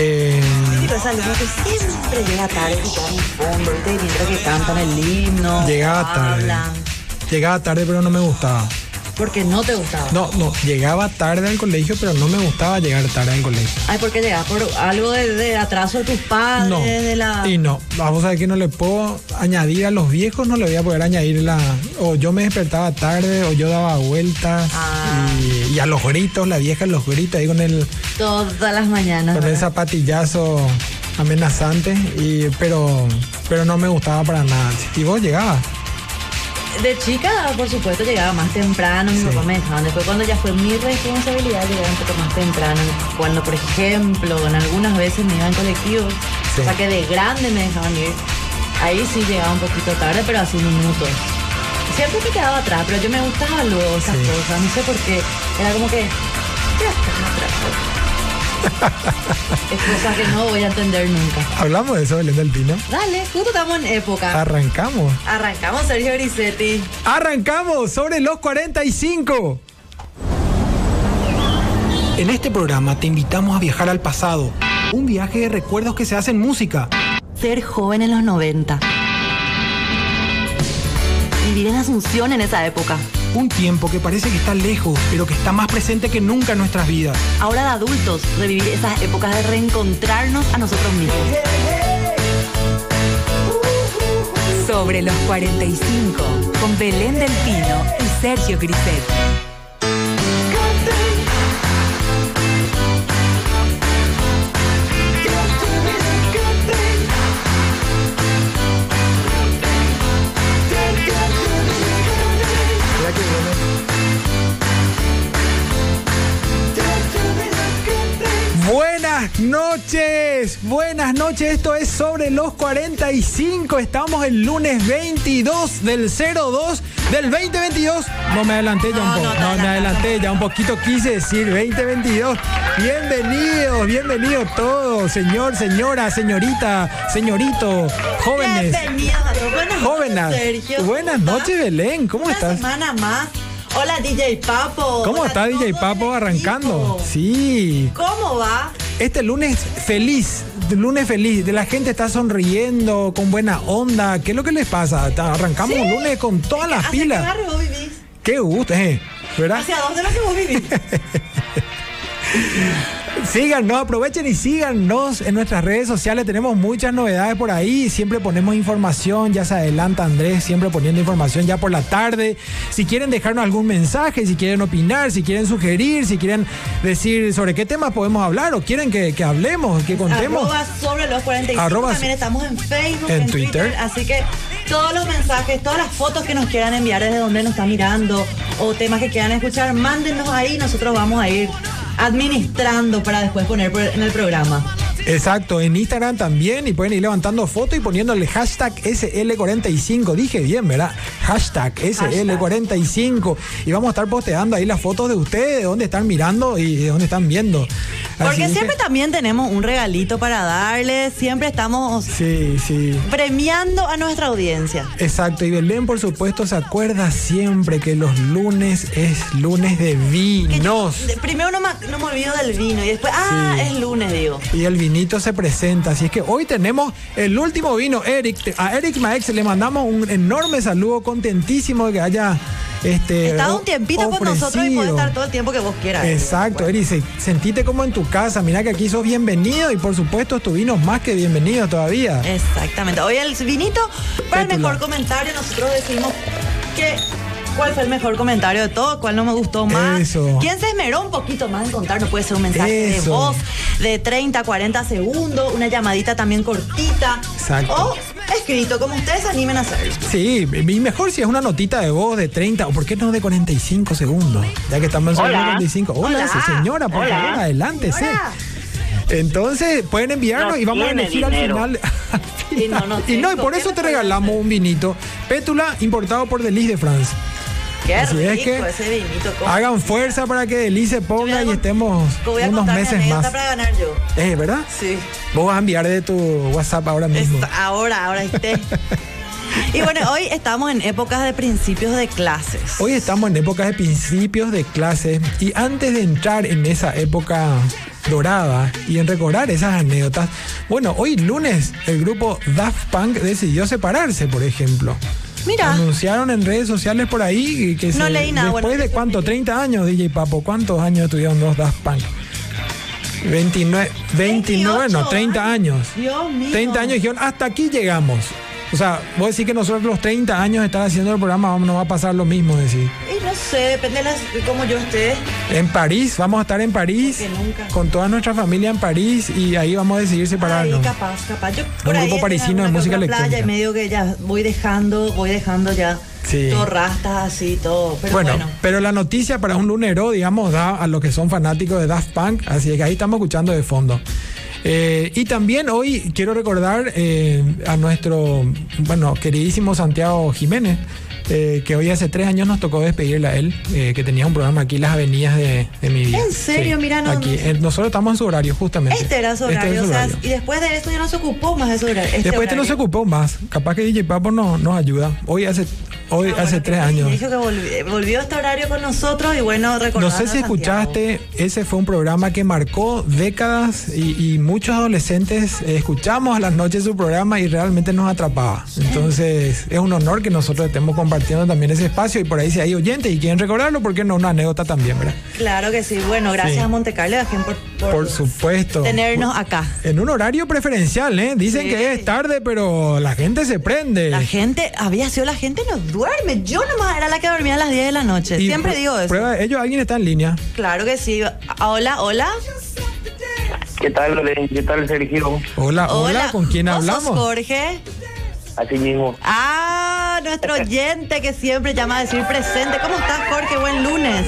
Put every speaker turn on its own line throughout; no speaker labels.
Eh,
Rosalía que siempre llega tarde y pone fondo, ¿viste? Mientras que cantan el himno,
Llegaba tarde.
Ah, hablan.
Llegaba tarde, pero no me gustaba.
Porque no te gustaba.
No, no, llegaba tarde al colegio, pero no me gustaba llegar tarde al colegio.
Ay, porque llegas por algo de, de atraso de tus padres,
No.
de Ah, la.
Y no, vamos a ver que no le puedo añadir a los viejos, no le voy a poder añadir la. O yo me despertaba tarde, o yo daba vueltas.
Ah.
Y, y a los gritos, la vieja los gritos ahí con el,
Todas las mañanas.
con el
¿verdad?
zapatillazo amenazante. Y, pero, pero no me gustaba para nada. Y vos llegabas.
De chica, por supuesto, llegaba más temprano, mi
Sí.
papá me dejaba. Después, cuando ya fue mi responsabilidad, llegaba un poco más temprano. Cuando, por ejemplo, en algunas veces me iban colectivos,
Sí.
o sea que de grande me dejaban ir. Ahí sí llegaba un poquito tarde, pero así minutos. Siempre me quedaba atrás, pero yo me gustaba luego esas
Sí.
cosas, no sé por qué. Era como que, ya estás atrás. es cosa que no voy a entender nunca.
Hablamos de eso, Belén del Pino.
Dale, justo estamos en
Ah.
época.
Arrancamos.
Arrancamos Sergio Grisetti.
Arrancamos sobre los 45. En este programa te invitamos a viajar al pasado. Un viaje de recuerdos que se hace en música.
Ser joven en los 90. Vivir en Asunción en esa época.
Un tiempo que parece que está lejos, pero que está más presente que nunca en nuestras vidas.
Ahora de adultos, revivir esas épocas de reencontrarnos a nosotros mismos.
Sobre los 45, con Belén del Pino y Sergio Griset.
Buenas noches, buenas noches. Esto es sobre los 45. Estamos el lunes 22 del 02 del 2022. No me adelanté ya un poco, no, me adelanté ya un poquito. Quise decir 2022. Bienvenidos, bienvenidos todos, señor, señora, señorita, señorito, jóvenes.
Bienvenidos a todos. Buenas
Jóvenes.
noches, Sergio.
Buenas
¿Cómo
noches,
estás?
Belén. ¿Cómo
Una
estás?
semana más. Hola, DJ Papo.
¿Cómo
Hola,
está DJ
todo
Papo
el
arrancando?
equipo.
Sí,
¿Cómo va?
Este lunes feliz, lunes feliz, de la gente está sonriendo, con buena onda. ¿Qué es lo que les pasa? Ta- Arrancamos un lunes con todas las
¿Hacia qué
pilas.
barrio vos vivís?
Qué gusto, ¿eh? ¿Verdad?
¿Hacia dónde es lo que vos vivís?
Síganos, aprovechen y síganos en nuestras redes sociales. Tenemos muchas novedades por ahí. Siempre ponemos información. Ya se adelanta Andrés, siempre poniendo información ya por la tarde. Si quieren dejarnos algún mensaje, si quieren opinar, si quieren sugerir, si quieren decir sobre qué temas podemos hablar o quieren que, que hablemos, que contemos.
Arroba sobre los 45.
Arroba-
También estamos en Facebook,
en
en, Twitter.
Twitter.
Así que todos los mensajes, todas las fotos que nos quieran enviar desde donde nos están mirando o temas que quieran escuchar, mándenos ahí. Nosotros vamos a ir administrando para después poner por- en el programa.
Exacto, en Instagram también y pueden ir levantando fotos y poniéndole hashtag SL45. Dije bien, ¿verdad? Hashtag SL45. Y vamos a estar posteando ahí las fotos de ustedes, de dónde están mirando y de dónde están viendo. Así
Porque
que-
siempre también tenemos un regalito para darles, siempre estamos
Sí, sí.
premiando a nuestra audiencia.
Exacto, y Belén por supuesto se acuerda siempre que los lunes es lunes de
Que yo-
vinos.
de- primero no me, no me olvido del vino y después, ah,
Sí.
es lunes, digo.
Y el vinito se presenta. Así es que hoy tenemos el último vino, Eric. Te- A Eric Maex le mandamos un enorme saludo, contentísimo de que haya. Este,
Estaba un
o-
tiempito con nosotros y podés
ofrecido.
estar todo el tiempo que vos quieras. digo. pues.
Exacto, Eric. se- Sentite como en tu casa. Mirá que aquí sos bienvenido y por supuesto tu vino es más que bienvenido todavía.
Exactamente. Hoy el vinito para el
Pétula.
mejor comentario. Nosotros decimos que cuál fue el mejor comentario de todo, cuál no me gustó más.
Eso.
¿Quién se esmeró un poquito más en contarnos? Puede ser un mensaje de
Eso.
voz de 30, 40 segundos, una llamadita también cortita.
Exacto.
O escrito, como ustedes se animen a hacerlo.
Sí, y mejor si es una notita de voz de 30 o por qué no de 45 segundos, ya que estamos en
Hola.
45. Hola,
Hola.
sí, señora, por
Hola.
favor, adelante, sí.
Señora.
Entonces, pueden enviarnos
No
y vamos a
tiene
elegir
dinero.
al final.
Y no, no
y no, y
tengo,
por
¿qué
eso
me
te
puedes
regalamos un vinito. Pétula importado por Delis de France.
Qué
Así
rico
es que
ese vinito. ¿cómo?
Hagan fuerza para que Delis se ponga y
Voy a-
estemos
voy a
unos
contar mi
meses
anécdota
más.
para ganar yo.
Eh, ¿verdad?
Sí.
Vos vas a enviar de tu WhatsApp ahora mismo.
Esto- ahora, ahora esté. Y bueno, hoy estamos en épocas de principios de clases.
Hoy estamos en épocas de principios de clases y antes de entrar en esa época dorada y en recordar esas anécdotas, bueno, hoy lunes el grupo Daft Punk decidió separarse, por ejemplo.
Mira.
Anunciaron en redes sociales por ahí que
No leí nada,
después
bueno.
de cuánto, 30 años, DJ Papo, ¿cuántos años estuvieron los Daft Punk? 29, 29 no,
28
30 años.
Dios mío.
30 años dijeron, hasta aquí llegamos. O sea, vos decís que nosotros los 30 años de estar haciendo el programa vamos- nos va a pasar lo mismo, decís.
Y no sé, depende de las- de cómo yo esté.
En París, vamos a estar en París,
Que nunca.
con toda nuestra familia en París y ahí vamos a decidir separarnos.
Ahí, capaz, capaz. Yo por
grupo
ahí en
parisino de
alguna
música
que otra playa
electrónica.
y medio que ya voy dejando, voy dejando ya
Sí.
todo rastas así, todo. Pero
bueno,
bueno.
pero la noticia para un lunero, digamos, da a los que son fanáticos de Daft Punk, así que ahí estamos escuchando de fondo. Eh, y también hoy quiero recordar eh, a nuestro, bueno, queridísimo Santiago Jiménez, eh, que hoy hace tres años nos tocó despedirle a él, eh, que tenía un programa aquí, Las Avenidas de, de mi vida.
¿En serio? Mira, no-
Aquí. Eh, nosotros estamos en su horario, justamente.
Este era su horario,
es
o sea,
horario.
y después de esto ya no se ocupó más de su horario. este
Después este no se
horario.
ocupó más. Capaz que DJ Papo no, nos ayuda. Hoy hace, hoy
Ah,
hace
bueno,
tres
que
años.
Dijo que volvió, volvió a este horario con nosotros y bueno,
No
recordando
sé si
a Santiago.
escuchaste, ese fue un programa que marcó décadas y, y muchos adolescentes eh, escuchamos a las noches su programa y realmente nos atrapaba. Entonces es un honor que nosotros estemos compartiendo también ese espacio y por ahí si hay oyentes y quieren recordarlo, porque no? Una anécdota también, ¿verdad?
Claro que sí. Bueno, gracias
Sí.
a Monte Carlo y a Gen por, por
Por supuesto.
tenernos acá.
En un horario preferencial, ¿eh? Dicen
Sí.
que es tarde, pero la gente se prende.
La gente, había sido la gente no duerme. Yo nomás era la que dormía a las 10 de la noche.
Y
Siempre
pr-
digo eso.
Prueba, ellos, alguien está en línea.
Claro que sí. Ah, Hola, hola.
¿Qué tal, Loren? ¿Qué tal, Sergio?
Hola, Ah, hola, ¿con quién
¿Vos sos
hablamos?
Jorge.
Así mismo.
Ah, nuestro oyente que siempre llama a decir presente. ¿Cómo estás, Jorge? Buen lunes.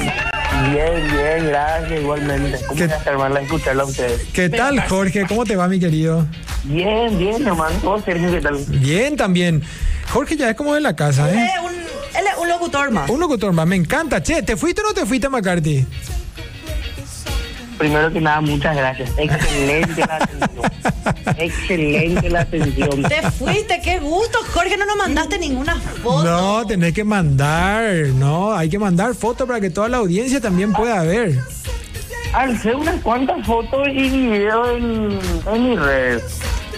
Bien, bien, gracias, igualmente. ¿Cómo
¿Qué-
estás, hermano? Escucharlo a ustedes.
¿Qué tal, Jorge? ¿Cómo te va, mi querido?
Bien, bien, hermano. ¿Vos, Sergio, qué tal?
Bien, también. Jorge ya es como de la casa, ¿eh?
Eh, un, él es un locutor más.
Un locutor más, me encanta. Che, ¿te fuiste o no te fuiste, McCarthy?
Primero que nada, muchas gracias. Excelente la atención. Excelente la atención.
Te fuiste, qué gusto, Jorge. No nos mandaste ninguna foto.
No, tenés que mandar, no, hay que mandar fotos para que toda la audiencia también pueda ver.
Alcé unas cuantas fotos y videos en, en mis redes.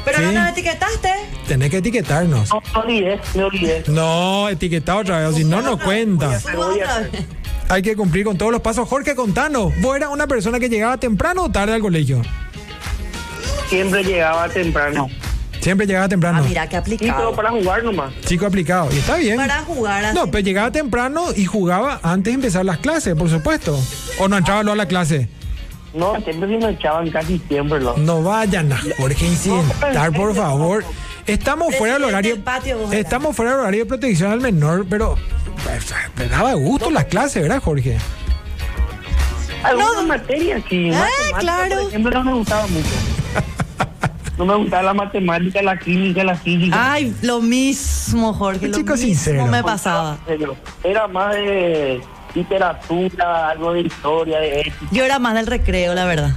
Pero no
Sí.
nos etiquetaste.
Tenés que etiquetarnos.
No, me olvidé, me olvidé.
No, etiquetado otra vez, o si no, no cuenta.
Subo
voy a
otra
hacer.
vez.
Hay que cumplir con todos los pasos. Jorge, contanos, ¿vos eras una persona que llegaba temprano o tarde al colegio?
Siempre llegaba temprano.
Siempre llegaba
Ah,
temprano.
mira, qué
Y todo
aplicado.
para jugar nomás.
Chico aplicado, y está bien.
Para jugar así.
No, pero llegaba temprano y jugaba antes de empezar las clases, por supuesto. O no entraba luego a la clase.
No, siempre se nos echaban casi siempre, los.
No vayan a Jorge incidentar, por favor. Estamos fuera del
Presidente
horario.
del patio, vos, ¿verdad?
Estamos fuera del horario de protección al menor, pero pues, me daba gusto las clases, ¿verdad, Jorge?
Algunas materias, sí.
Ah,
matemáticas,
claro.
Por ejemplo, no me gustaba mucho. No me gustaba la matemática, la química, la física.
Ay, lo mismo, Jorge.
Un
Lo
chico
mismo
sincero.
me pasaba.
Pero Era más de literatura, algo de historia, de ética,
Yo era más del recreo, la verdad.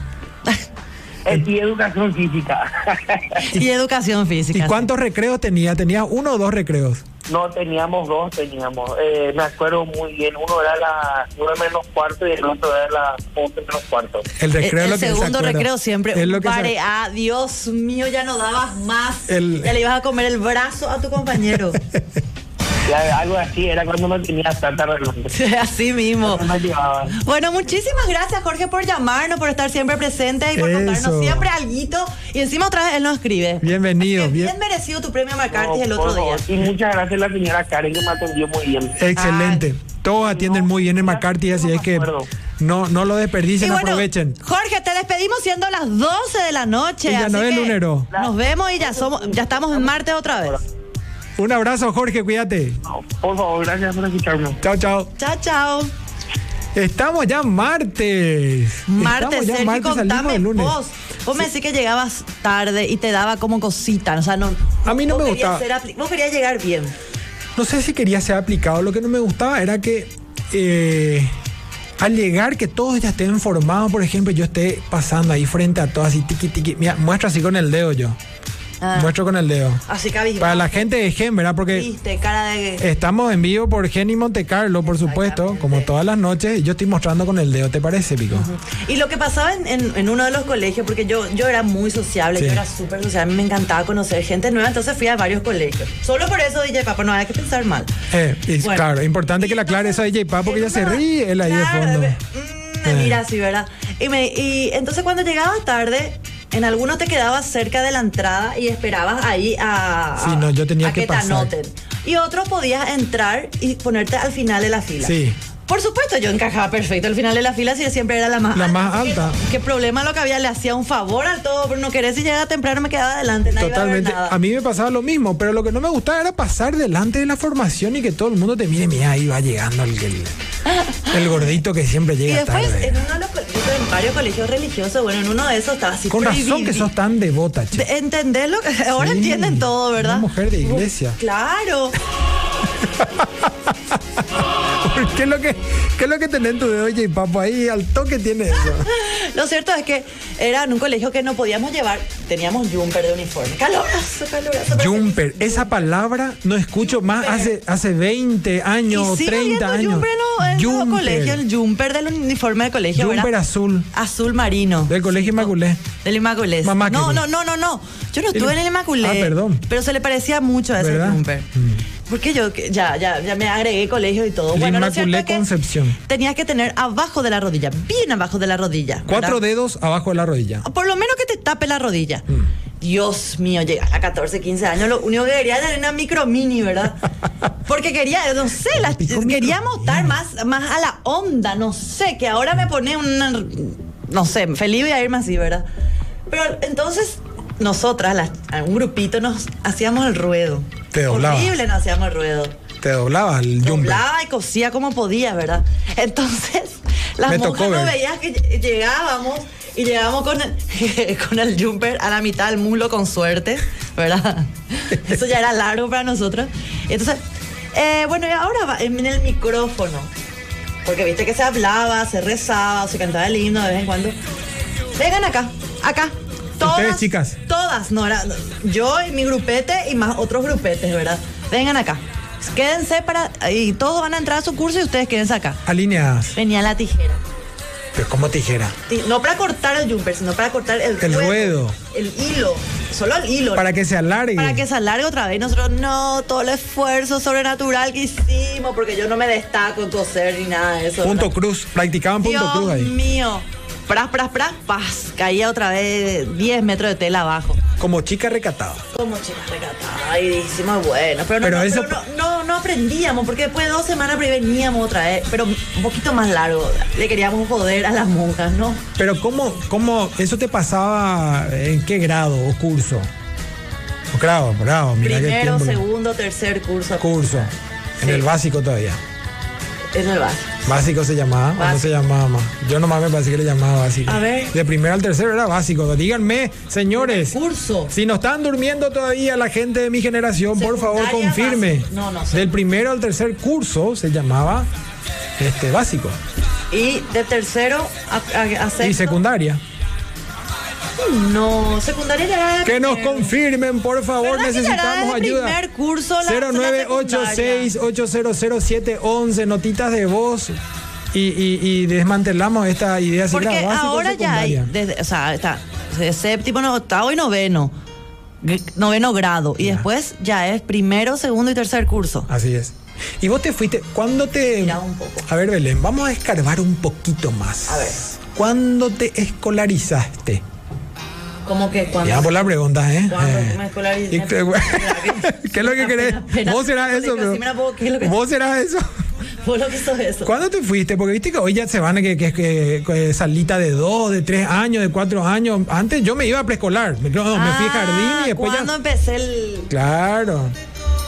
eh, y educación física.
Y educación física.
¿Y
sí.
cuántos recreos tenía? ¿Tenía uno o dos recreos?
no, teníamos dos, teníamos. Eh, me acuerdo muy bien, uno era la nueve menos cuarto y el otro era la once menos cuarto.
El recreo
el,
es lo
el
que se
segundo
acuerda.
recreo siempre
Es lo que se-
pare ah, Dios mío ya no dabas más
El-
ya le ibas a comer el brazo a tu compañero
Y algo así, era cuando no tenía tanta relación.
así mismo
No llevaba.
bueno muchísimas gracias Jorge por llamarnos por estar siempre presente y por
Eso.
contarnos siempre alguito y encima otra vez él nos escribe
Bienvenido,
Así que
bien-
bien, merecido tu premio
No,
McCarthy el
por
otro día
favor. Y muchas gracias a la señora Karen que me atendió muy bien.
Excelente. Todos atienden muy bien en McCarthy, así es que
acuerdo.
no, no lo desperdicien,
Y bueno,
aprovechen.
Jorge, te despedimos siendo las 12 de la noche.
Y ya
así
no es
que
lunero.
Nos vemos y ya somos, ya estamos en martes otra vez.
Un abrazo, Jorge, cuídate.
No, por favor, gracias por escucharme.
Chao, chao.
Chao, chao.
Estamos ya martes.
Martes,
Estamos ya
Sergio,
martes, salimos
contame
del lunes.
vos. Vos me decís que llegabas tarde y te daba como cosita. O sea, no.
A mí no
vos
me
querías
gustaba.
ser apli- vos querías llegar bien.
No sé si quería ser aplicado. Lo que no me gustaba era que eh, al llegar que todos ya estén formados, por ejemplo, yo esté pasando ahí frente a todas así, tiqui, tiqui. Mira, muestro así con el dedo yo.
Ah.
Muestro con el dedo.
Así que
Para la Eh. gente de Gen, ¿verdad? Porque
Viste, cara de...
estamos en vivo por Gen y Monte Carlo, por supuesto, como todas las noches. y Yo estoy mostrando con el dedo, ¿te parece, Pico?
Y lo que pasaba en, en- en uno de los colegios, porque yo, yo era muy sociable,
Sí.
yo era súper sociable, me encantaba conocer gente nueva, entonces fui a varios colegios. Solo por eso, DJ Papa, no hay que pensar mal.
Eh, y
Bueno.
claro, importante que la aclare eso a DJ Pa, porque ella se ríe él ahí de
Claro,
fondo.
eh, mm,
Eh.
Mira, sí, ¿verdad? Y, me, y entonces cuando llegabas tarde, en algunos te quedabas cerca de la entrada y esperabas ahí a,
Sí, no, yo tenía
a
que
te
pasar.
anoten. Y otros podías entrar y ponerte al final de la fila.
Sí.
Por supuesto, yo encajaba perfecto al final de la fila si yo siempre era la más
La
alta.
más
así que
alta.
no, Qué problema lo que había, le hacía un favor al todo, pero no querés si llegaba temprano me quedaba adelante, nadie iba a ver
Totalmente.
nada.
A mí me pasaba lo mismo, pero lo que no me gustaba era pasar delante de la formación y que todo el mundo te mire, mira, ahí va llegando el, el, el gordito que siempre
Y
llega
después,
tarde.
en uno de los colegios, en varios colegios religiosos, bueno, en uno de esos estaba así
Con razón que
prohibido.
sos tan devota, che.
De- ¿Entendés lo que- Ahora
Sí,
entienden todo, ¿verdad?
una mujer de iglesia.
Bu- Claro.
¿Qué es lo que, qué es lo que tenés en tu dedo, y Papo? Ahí al toque tiene eso.
Lo cierto es que era en un colegio que no podíamos llevar. Teníamos jumper de uniforme. Calorazo, calorazo. pero-
Jumper, esa palabra no escucho más hace, hace 20 años,
Y sigue
30
habiendo
años.
Jumper en los- en los
Jumper.
colegios, el jumper del uniforme del colegio.
Jumper
¿verdad?
azul.
Azul marino.
Del colegio
no.
Inmaculé.
Del Inmaculé.
Mamá
no,
quería.
no, no, no, no. Yo no estuve
El-
en el Inmaculé.
Ah, perdón.
Pero se le parecía mucho a ese
¿Verdad? Mm.
jumper. Porque yo que- ya, ya, ya me agregué colegio y todo.
El
lo cierto
Inmaculé
es que
Concepción.
Tenías que tener abajo de la rodilla, bien abajo de la rodilla.
Cuatro
¿verdad?
dedos abajo de la rodilla.
Ah,
Mm.
Por lo menos que te tape la rodilla. Dios mío, llegar a 14, 15 años, lo único que quería era una micro mini, ¿verdad? Porque quería, no sé, las-
Pico micro
queríamos estar
mini.
más, más a la onda, no sé, que ahora me pone una, no sé, feliz voy a irme así, ¿verdad? Pero entonces nosotras, las- un grupito, nos hacíamos el ruedo.
Te doblabas.
Horrible nos hacíamos el ruedo.
Te doblaba el jumper.
Doblaba y cosía como podía, ¿verdad? Entonces, las
Me
monjas
tocó
no
ver.
veías que ll- llegábamos y llegábamos con el, con el jumper a la mitad del muslo con suerte, ¿verdad? Eso ya era largo para nosotros. Entonces, eh, bueno, y ahora va- en el micrófono, porque viste que se hablaba, se rezaba, se cantaba el himno de vez en cuando. Vengan acá, acá. Todas,
Ustedes, chicas.
Todas, no, era- yo y mi grupete y más otros grupetes, ¿verdad? Vengan acá. Quédense para. Y todos van a entrar a su curso y ustedes quédense acá.
Alineadas.
Venía la tijera.
Pero como tijera.
Ti- No para cortar el jumper, sino para cortar el,
El ruedo.
El hilo. Solo el hilo.
Para que se alargue.
Para que se alargue otra vez. Y Nosotros, no, todo el esfuerzo sobrenatural que hicimos, porque yo no me destaco en coser ni nada de eso.
Punto
¿verdad?
cruz. Practicaban punto
Dios
cruz ahí.
mío. Pras, pras, pras, paz. Caía otra vez 10 metros de tela abajo.
Como chica recatada.
Como chicas recatadas y hicimos bueno. Pero, no,
Pero
no,
eso-
pero no, no, no aprendíamos, porque después de dos semanas veníamos otra vez, pero un poquito más largo. Le queríamos joder a las monjas, ¿no?
Pero ¿cómo, cómo eso te pasaba en qué grado o curso? O grado, grado, mira qué
Primero,
tiempo.
segundo, tercer curso.
Curso. En
Sí.
el básico todavía.
Eso es básico.
Básico se llamaba o no
Básico.
se llamaba más. Yo nomás me parece que le llamaba básico.
A ver.
De primero al tercero era básico. Díganme, señores.
Curso.
Si no están durmiendo todavía la gente de mi generación, por favor
Secundaria
confirme.
básico. No, no,
Del
sí.
primero al tercer curso se llamaba este básico
Y de tercero a, a- a sexto.
y secundaria.
No, secundaria ya era de
Que nos
primero.
confirmen, por favor,
¿Verdad que ya era
necesitamos
desde
ayuda.
primer curso la-
0986-800711, notitas de voz y, y- y desmantelamos esta idea. si
Porque
era básico o
ahora ya hay,
secundaria.
desde- o sea, está de séptimo, no, octavo y noveno. G- Noveno grado. Y después ya es primero, segundo y tercer curso.
Así es. Y vos te fuiste, ¿cuándo te...
Mira un poco.
A ver, Belén, vamos a escarbar un poquito más.
A ver.
¿Cuándo te escolarizaste?
Como que cuando.
Ya por la pregunta, ¿eh?
¿Cuándo
Eh.
me escolaricé?
¿Y qué- ¿Qué es lo que
Espera,
querés?
espera, espera.
¿Vos serás
Yo
eso?
digo,
bro?
sí, mira, vos, ¿qué es lo que-
¿Vos serás eso?
Vos lo que sos eso.
¿Cuándo te fuiste? Porque viste que hoy ya se van a que, que, que- que salita de dos, de tres años, de cuatro años. Antes yo me iba a preescolar. Me, no, me
Ah,
fui a jardín y después
cuando
ya.
empecé el.
Claro.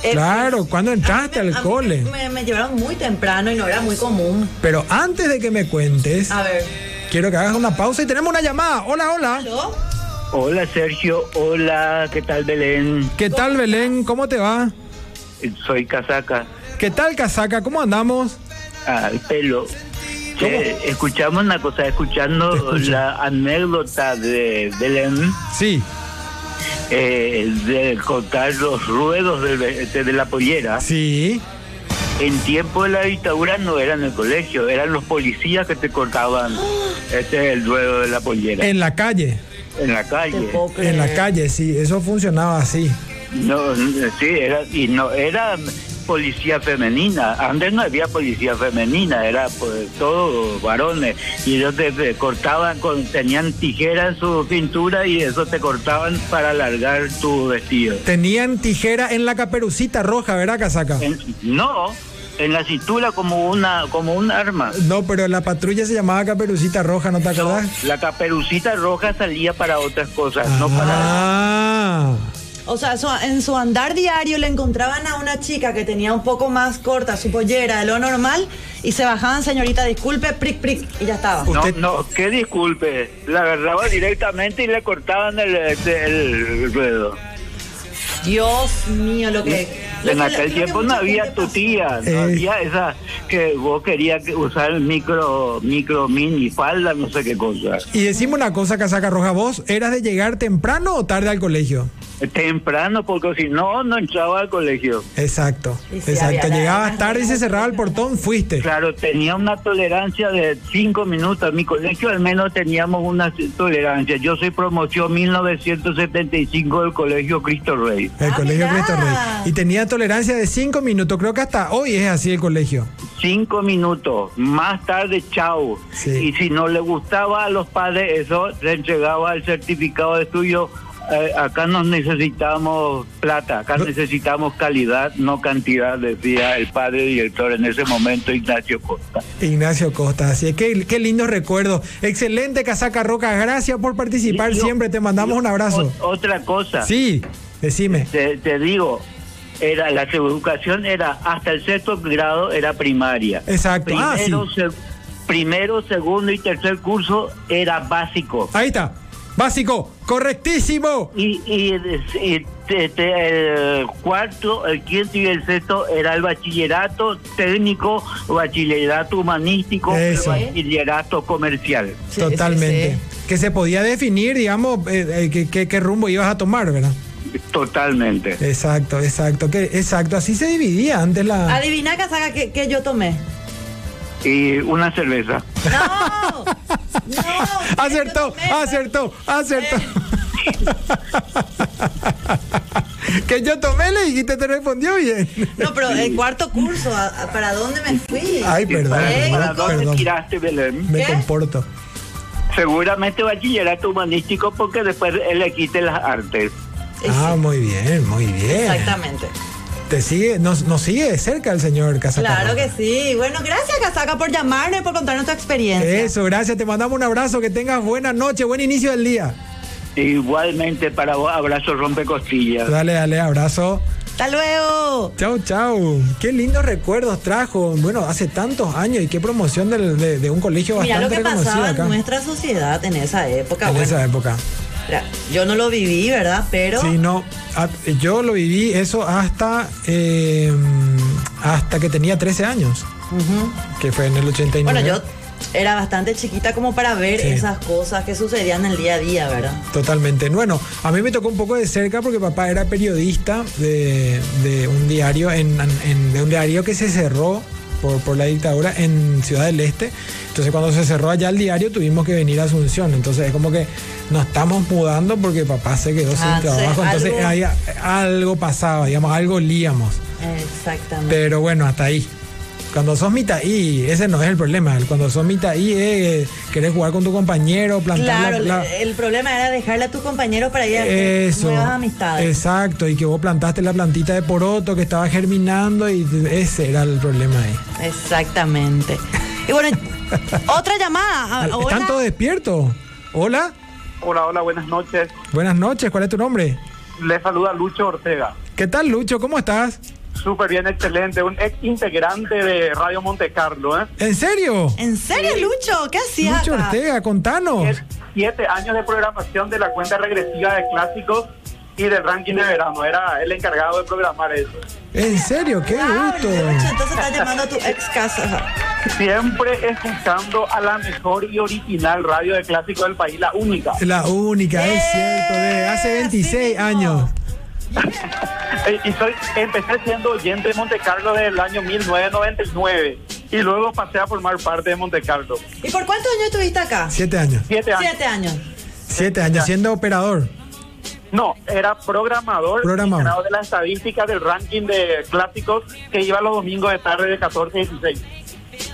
Eh,
claro, ¿cuándo entraste
A mí me-
al
a mí
cole?
Me, me llevaron muy temprano y no era muy común.
Pero antes de que me cuentes,
A ver.
quiero que hagas una pausa y tenemos una llamada. Hola, hola.
¿Aló?
Hola Sergio, hola, ¿qué tal Belén?
¿Qué tal, Belén? ¿Cómo te va?
Soy Casaca,
¿Qué tal, casaca? ¿Cómo andamos?
al pelo. Che, escuchamos una cosa,
Te
escuchando
escucho.
la anécdota de Belén,
Sí.
eh, de cortar los ruedos del ve- este, de, de la pollera.
Sí.
En tiempo de la dictadura no eran el colegio, eran los policías que te cortaban este el ruedo de la pollera en,
En la calle.
la calle.
En la calle, sí. Eso funcionaba así.
No, n- sí, era, y no era policía femenina. Antes no había policía femenina, era pues, todo varones. Y ellos te, te cortaban, con, tenían tijera en su pintura y eso te cortaban para alargar tu vestido.
Tenían tijera en la caperucita roja, ¿verdad, casaca?
En- no, en la cintura como una como un arma.
No, pero la patrulla se llamaba caperucita roja, ¿no te
No,
acordás?
la caperucita roja salía para otras cosas, no para...
Ah.
O sea, su- en su andar diario le encontraban a una chica que tenía un poco más corta su pollera de lo normal y se bajaban, señorita, disculpe, pric, pric, y ya estaba.
No,
Usted-
no, que disculpe. La agarraba directamente y le cortaban el, este, el ruedo.
Dios mío, lo que... lo
En
que-
aquel
lo que
tiempo no
mucha
había
gente
tu tía, no
Eh.
había esa que vos querías que- usar el micro, micro mini falda, no sé qué cosa.
Y decime una cosa, casaca roja, ¿vos eras de llegar temprano o tarde al colegio?
Temprano, porque si no, no entraba al colegio.
Exacto,
Y sí,
exacto.
había la-
Llegabas tarde y se cerraba el portón, fuiste.
Claro, tenía una tolerancia de cinco minutos. En mi colegio al menos teníamos una tolerancia. Yo soy promoción 1975 del Colegio Cristo Rey.
El
Ah,
colegio
mirá.
Cristo Rey. Y tenía tolerancia de cinco minutos. Creo que hasta hoy es así el colegio.
cinco minutos, más tarde chao.
Sí.
Y si no le gustaba a los padres eso, le entregaba el certificado de estudio. Eh, acá nos necesitamos plata, acá
No.
necesitamos calidad, no cantidad, decía el padre director en ese momento, Ignacio Costa.
Ignacio Costa. Así es que qué lindos recuerdos. Excelente, Casaca Roca. Gracias por participar
Y yo-
siempre. Te mandamos
y
un abrazo.
o- otra cosa,
Sí, decime.
te, te digo, era la educación era hasta el sexto grado era primaria.
Exacto. Ah,
Primero,
sí.
se- primero, segundo y tercer curso era básico.
Ahí está. Básico. Correctísimo.
Y, y, y te- te- el cuarto, el quinto y el sexto era el bachillerato técnico, bachillerato humanístico,
Eso.
bachillerato comercial.
Sí,
Totalmente.
sí,
Que se podía definir, digamos, eh, eh, qué- qué- qué rumbo ibas a tomar, ¿verdad?
Totalmente.
Exacto, exacto, que, exacto. Así se dividía antes la.
Adivina, Casaca, que, que yo tomé.
Y una cerveza.
¡No! ¡No!
Acertó,
Yo tomé,
acertó, acertó. que yo tomé, le dijiste, te respondió bien.
No, pero el cuarto curso, ¿a- a- ¿para dónde me fui?
Ay,
¿Y
perdón,
para,
Ey,
perdón,
para dónde
perdón.
tiraste, Belén?
Me
¿Qué?
comporto.
Seguramente bachillerato humanístico porque después elegiste las artes.
Y sí,
Ah, muy bien, muy bien.
Exactamente.
Te sigue, nos, nos sigue de cerca el señor Casacarroca.
Claro que sí. Bueno, gracias, Casaca, por llamarnos y por contarnos tu experiencia.
Eso, gracias. Te mandamos un abrazo. Que tengas buena noche, buen inicio del día.
Igualmente para vos, abrazo rompe costillas.
Dale, dale, abrazo.
Hasta luego.
Chau, chau. Qué lindos recuerdos trajo. Bueno, hace tantos años y qué promoción del- de, de un colegio
Mira lo
bastante
que
reconocido
pasaba
acá.
en nuestra sociedad en esa época.
en
bueno,
esa época.
mira, yo no lo viví, ¿verdad? Pero
Sí, no. a- Yo lo viví eso hasta eh, hasta que tenía 13 años,
ujú.
que fue en el 89.
bueno, yo era bastante chiquita como para ver
Sí.
esas cosas que sucedían en el día a día, ¿verdad?
Totalmente. Bueno, a mí me tocó un poco de cerca porque papá era periodista de, de un diario en, en- de un diario que se cerró por, por la dictadura en Ciudad del Este. Entonces cuando se cerró allá el diario tuvimos que venir a Asunción. Entonces es como que nos estamos mudando porque papá se quedó sin
Ah, entonces,
trabajo. Entonces
algo-
ahí a- algo pasaba, digamos, algo líamos.
Exactamente.
Pero bueno, hasta ahí. Cuando sos mitad y ese no es el problema. Cuando sos mitad y eh, querés jugar con tu compañero, plantar la-
Claro,
la,
el problema era dejarle a tus compañeros para ir a hacer
eso,
nuevas amistades.
Exacto, y que vos plantaste la plantita de poroto que estaba germinando y ese era el problema ahí.
Exactamente. Y bueno, otra llamada. Ah, hola.
¿Están todos despiertos? Hola,
Hola, hola, buenas noches.
buenas noches, ¿cuál es tu nombre?
Les saluda Lucho Ortega.
¿Qué tal Lucho? ¿Cómo estás?
Súper bien, excelente. Un ex integrante de Radio Monte Carlo, ¿eh?
¿En serio?
¿En serio, Lucho? ¿Qué hacías?
Lucho
acá?
Ortega, contanos.
Siete- Siete años de programación de la cuenta regresiva de clásicos y del ranking de verano. Era el encargado de programar eso.
¿En serio? ¡Qué
Claro,
gusto!
Lucho, entonces estás llamando a tu ex casa.
Siempre escuchando a la mejor y original radio de clásico del país, la única.
La única, es
¡Eh!
cierto, de hace 26
Así mismo.
años.
Eh, Y soy, empecé siendo oyente de Monte Carlo desde el año 1999 y luego pasé a formar parte de Monte Carlo.
¿Y por cuántos años estuviste acá?
Siete años.
Siete años.
Siete años.
Siete años siendo operador.
No, era programador,
Programador.
encargado de las estadísticas del ranking de clásicos que iba los domingos de tarde de 14 a 16.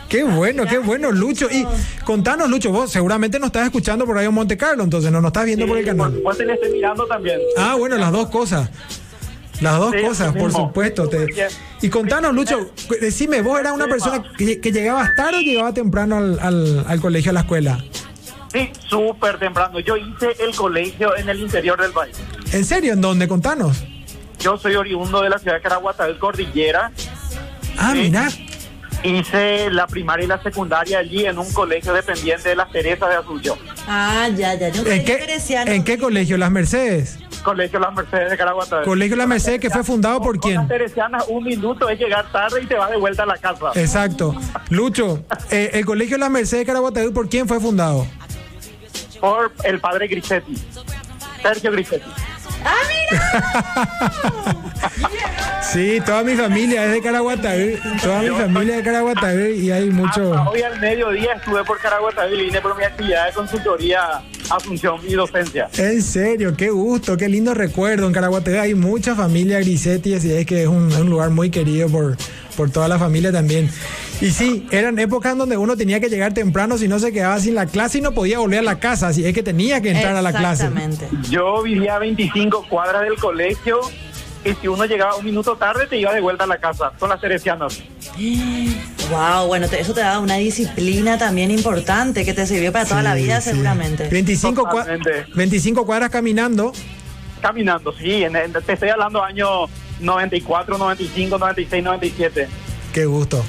Qué bueno, qué bueno, Lucho. Y contanos, Lucho, vos seguramente nos estás escuchando por ahí en Monte Carlo, entonces no nos estás viendo por el
Sí,
canal.
Vos te le estoy mirando también.
Ah, bueno, las dos cosas. Las dos
Sí,
cosas,
así
por
mismo.
supuesto. te-
Bien.
Y contanos, Lucho, decime, ¿vos eras una persona que, que llegabas tarde o llegabas temprano al, al- al colegio, a la escuela?
Sí, súper temprano. Yo hice el colegio en el interior del país.
¿En serio? ¿En dónde? Contanos.
Yo soy oriundo de la ciudad de Caraguatal, Cordillera.
Ah,
Sí.
mirá.
Hice la primaria y la secundaria allí en un colegio dependiente de las Teresa de Asunción.
Ah, ya, ya. Yo
¿En
creí que
qué,
eres ciano.
¿En qué colegio? Las Mercedes.
Colegio Las Mercedes de Caraguatal.
Colegio La Merced, que fue fundado por
Con
quién?
las Teresianas, un minuto es llegar tarde y te vas de vuelta a la casa.
Eh. Exacto. Lucho, eh, el colegio La Merced de Caraguatayud, ¿por quién fue fundado?
Por el padre Grisetti. Sergio Grisetti.
¡Ah, mira!
Sí, toda mi familia es de Caraguatayud. Toda mi familia es de Caraguatayud y hay mucho.
Hasta hoy al mediodía estuve por Caraguatal y vine por mi actividad de consultoría, asunción y docencia.
En serio, qué gusto, qué lindo recuerdo. En Caraguatayud hay mucha familia Grisetti, así es que es un, es un lugar muy querido por, por toda la familia también. Y sí, eran épocas donde uno tenía que llegar temprano, si no se quedaba sin la clase y no podía volver a la casa, así es que tenía que entrar a la clase.
Exactamente.
Yo vivía a 25 cuadras del colegio y si uno llegaba un minuto tarde te iba de vuelta a la casa. Son las teresianas.
Wow, bueno, te- eso te da una disciplina también importante que te sirvió para toda la vida
Sí, sí.
seguramente.
25, cua-
Totalmente.
25 cuadras caminando.
Caminando, sí. en- en- te estoy hablando año 94, 95, 96, 97.
Qué gusto.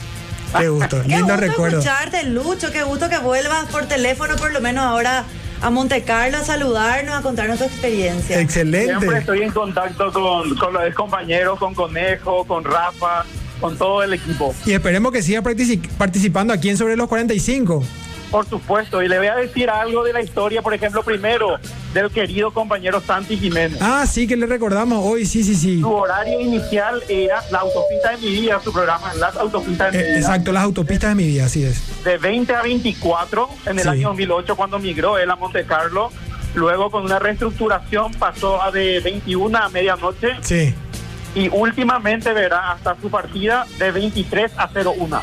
Qué gusto.
Qué
Lindo
gusto
recuerdo.
escucharte, Lucho. Qué gusto que vuelvas por teléfono, por lo menos ahora a Monte Carlo, a saludarnos, a contarnos tu experiencia.
Siempre
Excelente.
estoy en contacto con, con los compañeros, con Conejo, con Rafa, con todo el equipo.
Y esperemos que siga practici- participando aquí en Sobre los 45.
Por supuesto, y le voy a decir algo de la historia, por ejemplo, primero, del querido compañero Santi Jiménez.
Ah, sí, que le recordamos hoy. Sí, sí, sí.
Su horario inicial era la autopista de mi vida, su programa Las Autopistas de mi
Eh,
vida.
exacto, las autopistas de mi vida, así es.
De 20 a 24 en el
Sí.
año 2008 cuando migró él a Monte Carlo. Luego con una reestructuración pasó a de 21 a medianoche
Sí.
y últimamente verá hasta su partida de 23 a 01.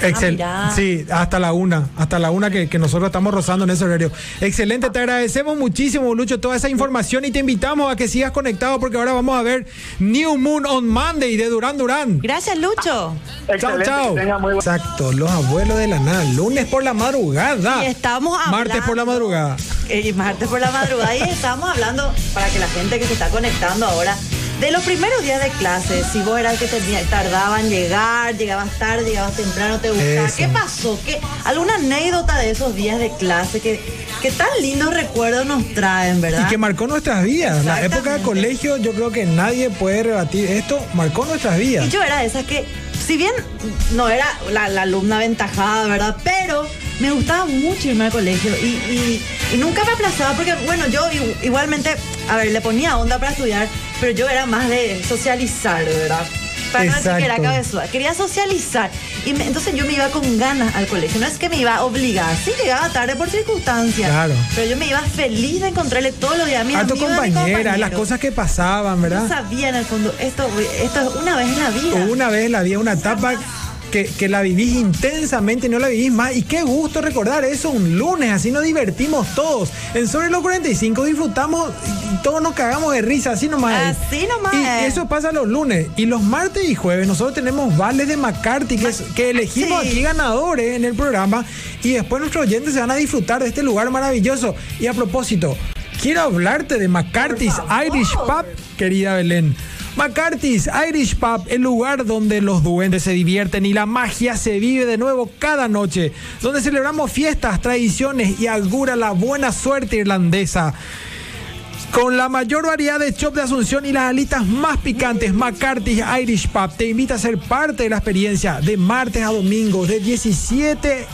Excel.
mirá.
sí, hasta la una, hasta la una que, que nosotros estamos rozando en ese horario. Excelente, te agradecemos muchísimo, Lucho, toda esa información y te invitamos a que sigas conectado porque ahora vamos a ver New Moon on Monday de Durán Durán.
Gracias, Lucho.
Excelente,
chao,
que tenga muy
chao.
buen-
Exacto, los abuelos de la nada. Lunes por la madrugada.
Y estamos hablando.
Martes por la madrugada.
Eh, martes por la madrugada y estamos hablando para que la gente que se está conectando ahora de los primeros días de clase, si vos eras el que tenía- tardaba en llegar, llegabas tarde, llegabas temprano, te gustaba.
Eso.
¿Qué pasó? ¿Qué, ¿Alguna anécdota de esos días de clase que, que tan lindos recuerdos nos traen, verdad?
Y que marcó nuestras vidas. La época de
Exactamente.
colegio, yo creo que nadie puede rebatir esto. Marcó nuestras vidas.
Y yo era de esas que, si bien no era la, la alumna aventajada, ¿verdad? Pero me gustaba mucho irme al colegio y, y- y nunca me aplazaba porque, bueno, yo i- igualmente, a ver, le ponía onda para estudiar, pero yo era más de socializar, ¿verdad? Para no decir que era
Exacto.
cabezuda. Quería socializar. Y me- entonces yo me iba con ganas al colegio. No es que me iba a obligar. Sí, llegaba tarde por circunstancias.
Claro.
Pero yo me iba feliz de encontrarle todos los días a mis
a tu
amigos, a mis
compañera, las
compañeros.
cosas que pasaban, ¿verdad?
Yo sabía en el fondo, esto, esto es una vez en la vida.
Una vez la vi una etapa que, que la vivís intensamente y no la vivís más. Y qué gusto recordar eso un lunes, así nos divertimos todos. En Sobre los 45 disfrutamos y todos nos cagamos de risa, así nomás. es.
Así nomás
Y
es.
eso pasa los lunes. Y los martes y jueves nosotros tenemos vales de McCarthy que, es- que elegimos
sí.
aquí ganadores en el programa. Y después nuestros oyentes se van a disfrutar de este lugar maravilloso. Y a propósito, quiero hablarte de McCarthy's Irish Pub, querida Belén. McCarthy's Irish Pub, el lugar donde los duendes se divierten y la magia se vive de nuevo cada noche, donde celebramos fiestas, tradiciones y augura la buena suerte irlandesa. Con la mayor variedad de chop de Asunción y las alitas más picantes, McCarthy's Irish Pub te invita a ser parte de la experiencia de martes a domingo de 17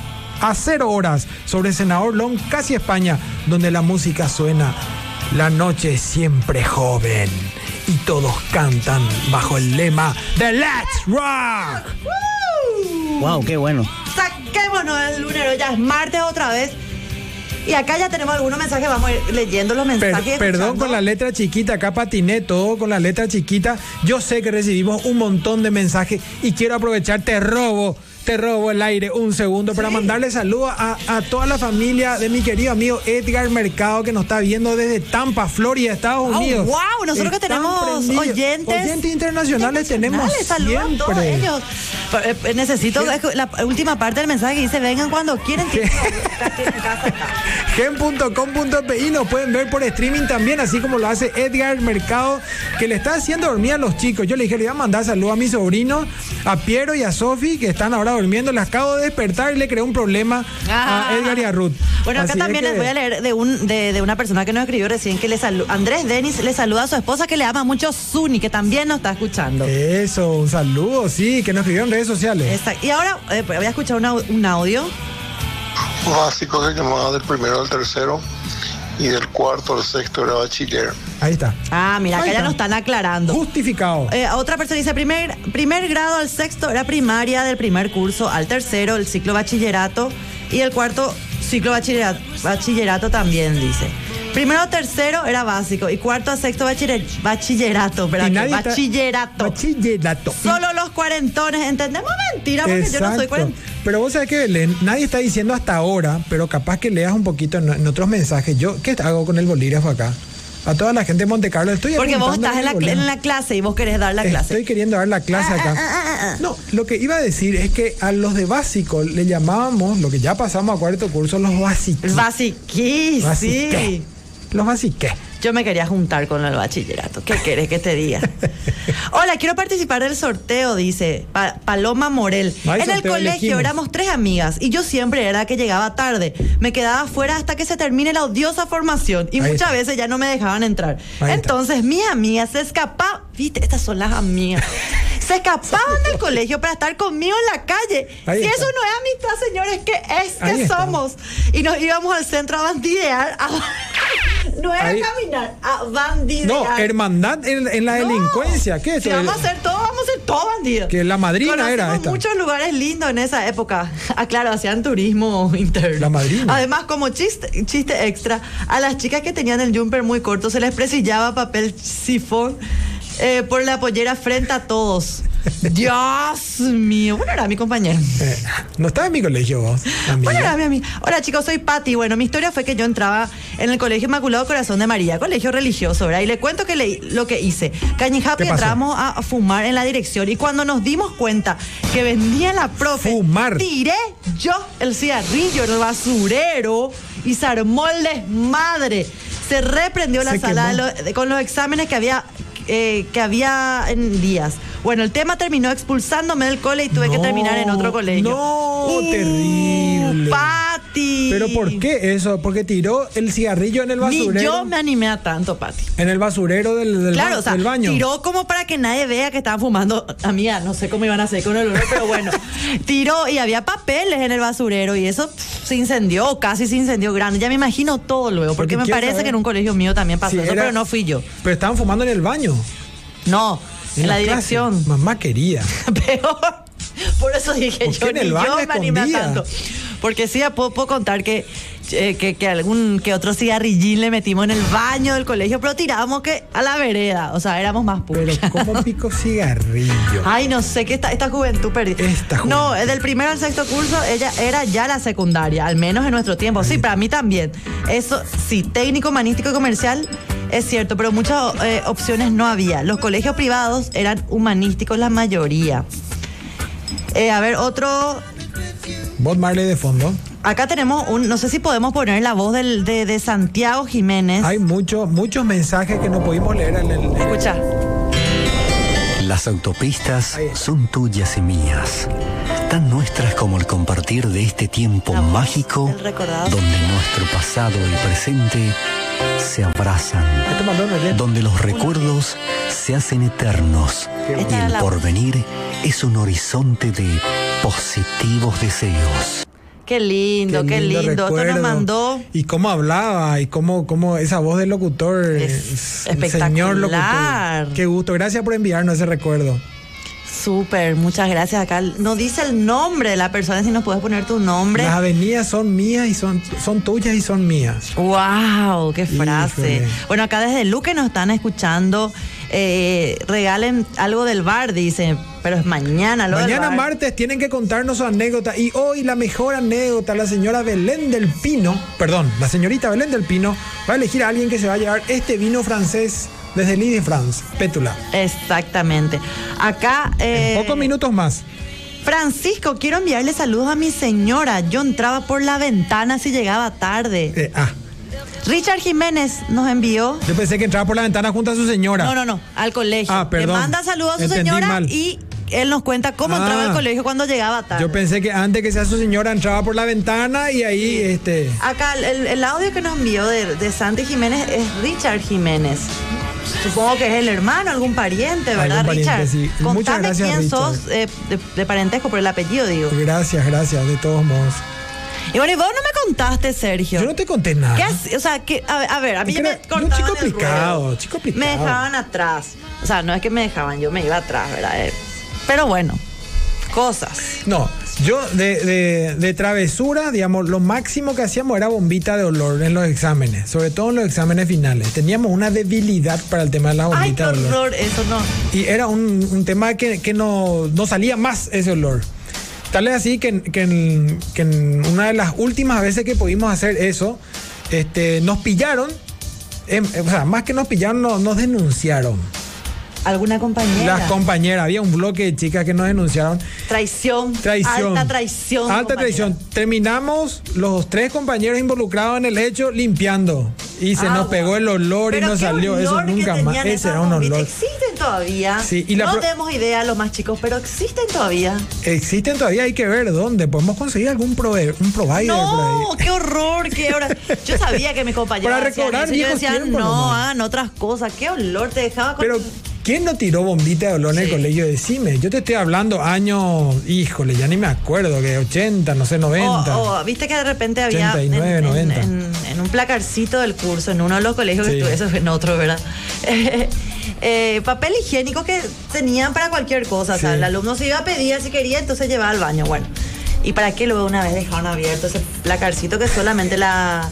a 0 horas sobre Senador Long, casi España, donde la música suena. La noche es siempre joven y todos cantan bajo el lema de Let's Rock.
Wow, qué bueno.
Saquémonos el lunero, ya es martes otra vez. Y acá ya tenemos algunos mensajes, vamos a ir leyendo los
Per-
mensajes.
perdón
escuchando.
con la letra chiquita, acá patiné todo con la letra chiquita. Yo sé que recibimos un montón de mensajes y quiero aprovechar, te robo, te robo el aire un segundo para mandarle saludos a, a toda la familia de mi querido amigo Edgar Mercado que nos está viendo desde Tampa, Florida, Estados
Oh,
Unidos.
wow, nosotros que
Están
tenemos
prendidos.
oyentes-
Oyentes internacionales, tenemos.
Internacionales, saludos a todos
siempre.
ellos. Pero, eh, eh, necesito escu- la última parte del mensaje que dice, vengan cuando quieren.
Gen.com.pi nos pueden ver por streaming también, así como lo hace Edgar Mercado, que le está haciendo dormir a los chicos. Yo le dije, le voy a mandar saludos a mi sobrino, a Piero y a Sofi, que están ahora durmiendo. Les acabo de despertar y le creó un problema a Edgar y a Ruth.
Ah. Bueno, acá
Así es
también
que-
les voy a leer de, un, de, de una persona que nos escribió recién que le saluda. Andrés Denis le saluda a su esposa que le ama mucho, Suni, que también nos está escuchando.
Eh. Eso, un saludo, sí, que nos escribió en redes sociales.
Esta- y ahora eh, pues, voy a escuchar una- un audio.
básicos de llamada del primero al tercero y del cuarto al sexto era bachiller.
Ahí está.
Ah, mira,
Ahí
acá ya
está.
nos están aclarando.
Justificado.
Eh, otra persona dice, primer, primer grado al sexto era primaria, del primer curso al tercero, el ciclo bachillerato y el cuarto ciclo bachillerato, bachillerato también dice. Primero a tercero era básico y cuarto a sexto bachiller- bachillerato, pero
Y
aquí,
nadie está-
bachillerato.
Bachillerato.
Solo los cuarentones, ¿entendemos? Mentira, porque yo no soy
Exacto.
cuarentón.
Pero vos sabés que Belén, nadie está diciendo hasta ahora, pero capaz que leas un poquito en, en otros mensajes. Yo, ¿qué hago con el bolígrafo acá? A toda la gente de Monte Carlo estoy
Porque vos
apuntando
estás en la,
el bolígrafo.
en la clase y vos querés dar la clase. Ah,
Estoy queriendo dar la clase acá. No, lo que iba a decir es que a los de básico le llamábamos, lo que ya pasamos a cuarto curso, los básicos.
Basiquí, sí.
Los basiques.
Yo me quería juntar con el bachillerato. ¿Qué querés que te diga? Hola, quiero participar del sorteo, dice Pa- Paloma Morel.
No hay
en el
sorteo,
colegio
elegimos.
éramos tres amigas y yo siempre era la que llegaba tarde. Me quedaba afuera hasta que se termine la odiosa formación y
Ahí
muchas
está.
veces ya no me dejaban entrar.
Ahí está.
Entonces mis amigas se escapaban. Viste, estas son las amigas. Se escapaban del colegio para estar conmigo en la calle.
Ahí
si
está.
eso no es amistad, señores, ¿qué es
Ahí
que
está.
somos? Y nos íbamos al centro a bandidear. a- no era
Ahí-
caminar, a bandidear.
No, hermandad en, en la
No.
delincuencia. ¿Qué es
Si
eso?
vamos a ser todos, vamos a ser todos bandidos.
Que la madrina era esta.
muchos lugares lindos en esa época. Ah, claro, hacían turismo interno.
La madrina.
Además, como chiste, chiste extra, a las chicas que tenían el jumper muy corto se les presillaba papel sifón eh, por la pollera frente a todos. Dios mío. Bueno, era mi compañero.
Eh, no estás en mi colegio vos. amiga.
Hola, mi ami- Hola, chicos, soy Patti. Bueno, mi historia fue que yo entraba en el Colegio Inmaculado Corazón de María, colegio religioso, ¿verdad? Y le cuento que le- lo que hice. Cañijapi
¿Qué pasó?
entramos a fumar en la dirección y cuando nos dimos cuenta que vendía la profe,
Fumar.
tiré yo el cigarrillo en el basurero y se armó el desmadre. Se reprendió la
Se
sala de
quemó.
los de- con los exámenes que había eh, que había en días. Bueno, el tema terminó expulsándome del cole y tuve que
No,
terminar en otro colegio.
no, terrible.
Pati.
¿Pero por qué eso? Porque tiró el cigarrillo en el basurero.
Ni yo me animé a tanto, Pati.
En el basurero del, del
claro,
ba-
o sea,
del baño.
tiró como para que nadie vea que estaban fumando. Amiga, no sé cómo iban a hacer con el olor, pero bueno. tiró y había papeles en el basurero y eso pff, se incendió, casi se incendió grande. Ya me imagino todo luego, porque,
Porque
me
quiero
parece
saber
que en un colegio mío también pasó
Sí,
eso,
era-
pero no fui yo.
Pero estaban fumando en el baño.
No, en, la,
clase.
dirección.
Mamá quería.
peor. Por eso dije
¿Por qué
yo,
en
ni
el baño
yo me animé a
escondida?
tanto. Porque sí, puedo, puedo contar que, eh, que, que algún que otro cigarrillín le metimos en el baño del colegio, pero tirábamos que a la vereda. O sea, éramos más
Pero
puros.
¿cómo pico cigarrillo?
Ay, no sé, que esta, esta juventud perdida.
Esta juventud.
No, eh, del primero al sexto curso, ella era ya la secundaria, al menos en nuestro tiempo. Sí, para mí también. Eso, sí, técnico, humanístico y comercial, es cierto, pero muchas eh, opciones no había. Los colegios privados eran humanísticos la mayoría. Eh, a ver, otro.
Bob Marley de fondo.
Acá tenemos un. No sé si podemos poner la voz del, de, de Santiago Jiménez.
Hay muchos, muchos mensajes que no pudimos leer en el.
Escucha.
Las autopistas
Ahí está.
son tuyas y mías, tan nuestras como el compartir de este tiempo
La voz
mágico
del recordado.
donde nuestro pasado y presente se abrazan,
Este mandó Noelia.
donde los recuerdos se hacen eternos y el porvenir es un horizonte de positivos deseos.
Qué lindo, qué lindo. Esto nos
recuerdo.
mandó.
Y cómo hablaba, y cómo, cómo esa voz del locutor.
Es
eh, Señor
espectacular.
locutor. Qué gusto. Gracias por enviarnos ese recuerdo.
Súper, muchas gracias. Acá no dice el nombre de la persona, si nos puedes poner tu nombre.
Las avenidas son mías y son, son tuyas y son mías.
¡Wow! ¡Qué frase!
Híjole.
Bueno, acá desde Luque nos están escuchando. Eh, regalen algo del bar, dice. Pero es mañana, lo del
Mañana
bar.
martes tienen que contarnos su anécdota y hoy la mejor anécdota, la señora Belén del Pino, perdón, la señorita Belén del Pino va a elegir a alguien que se va a llevar este vino francés desde Lille, France, Pétula.
Exactamente. Acá. eh,
En pocos minutos más.
Francisco, quiero enviarle saludos a mi señora. Yo entraba por la ventana si llegaba tarde.
Eh, ah,
Richard Jiménez nos envió.
yo pensé que entraba por la ventana junto a su señora.
No, no, no, al colegio.
Ah, perdón.
Le manda saludos a su
Entendí
señora
mal.
y él nos cuenta cómo
Ah.
entraba al colegio cuando llegaba tarde.
Yo pensé que antes que sea su señora entraba por la ventana y ahí este
Acá el- el, el audio que nos envió de, de Santi Jiménez es Richard Jiménez. Supongo que es el hermano, algún pariente, ¿verdad,
Algún
Richard?
pariente, sí. Muchas
Contame
gracias,
quién
Richard.
sos eh, de, de parentesco por el apellido, digo.
gracias, gracias de todos modos.
Y bueno, y vos no me contaste, Sergio.
Yo no te conté nada.
¿Qué hace- O sea, que, a, ver, a ver, a mí
Es
ya
que
me
era- era un
cortaban
chico
el ruedo.
aplicado, chico aplicado.
Me dejaban atrás. O sea, no es que me dejaban, yo me iba atrás, ¿verdad? Eh, Pero bueno, cosas.
No, yo de, de- de travesura, digamos, lo máximo que hacíamos era bombita de olor en los exámenes, sobre todo en los exámenes finales. Teníamos una debilidad para el tema de la
Ay, qué
bombita de olor.
horror, eso no.
Y era un, un tema que, que no, no salía más ese olor. Tal es así que, en- que en, que en una de las últimas veces que pudimos hacer eso, este, nos pillaron. em, o sea, más que nos pillaron, no- nos denunciaron.
¿Alguna compañera?
Las compañeras, había un bloque de chicas que nos denunciaron.
Traición.
Traición.
Alta traición.
Alta
compañera.
traición. Terminamos los tres compañeros involucrados en el hecho limpiando. Y se
Agua.
nos pegó el olor y
Ah, Pero
nos
qué
salió. Eso
olor que
nunca
tenían
más. Ese
esas
era un
bombitas.
olor.
Existen todavía.
Sí, y la
no
pro-
tenemos idea los más chicos, pero existen todavía.
Existen todavía, hay que ver dónde. Podemos conseguir algún prove- un provider
No,
por ahí.
qué horror, qué horror. Yo sabía que mis compañeros
Para
hacían
recobrar
eso, y Yo
viejos
decía,
tiempos
no,
nomás".
hagan otras cosas. Qué olor te dejaba con...
Pero, ¿quién no tiró bombita de olor en el
Sí.
colegio? Decime. Yo te estoy hablando años, híjole, ya ni me acuerdo, que 80, no sé, 90.
O- o, viste que de repente había
89,
en, en-
90.
en- en un placarcito del curso, en uno de los colegios
Sí.
que estuve, eso fue en otro, ¿verdad? Eh, papel higiénico que tenían para cualquier cosa. O sea,
Sí.
el alumno se iba a pedir si quería, entonces llevaba al baño. Bueno. ¿Y para qué luego una vez dejaron abierto ese placarcito que solamente la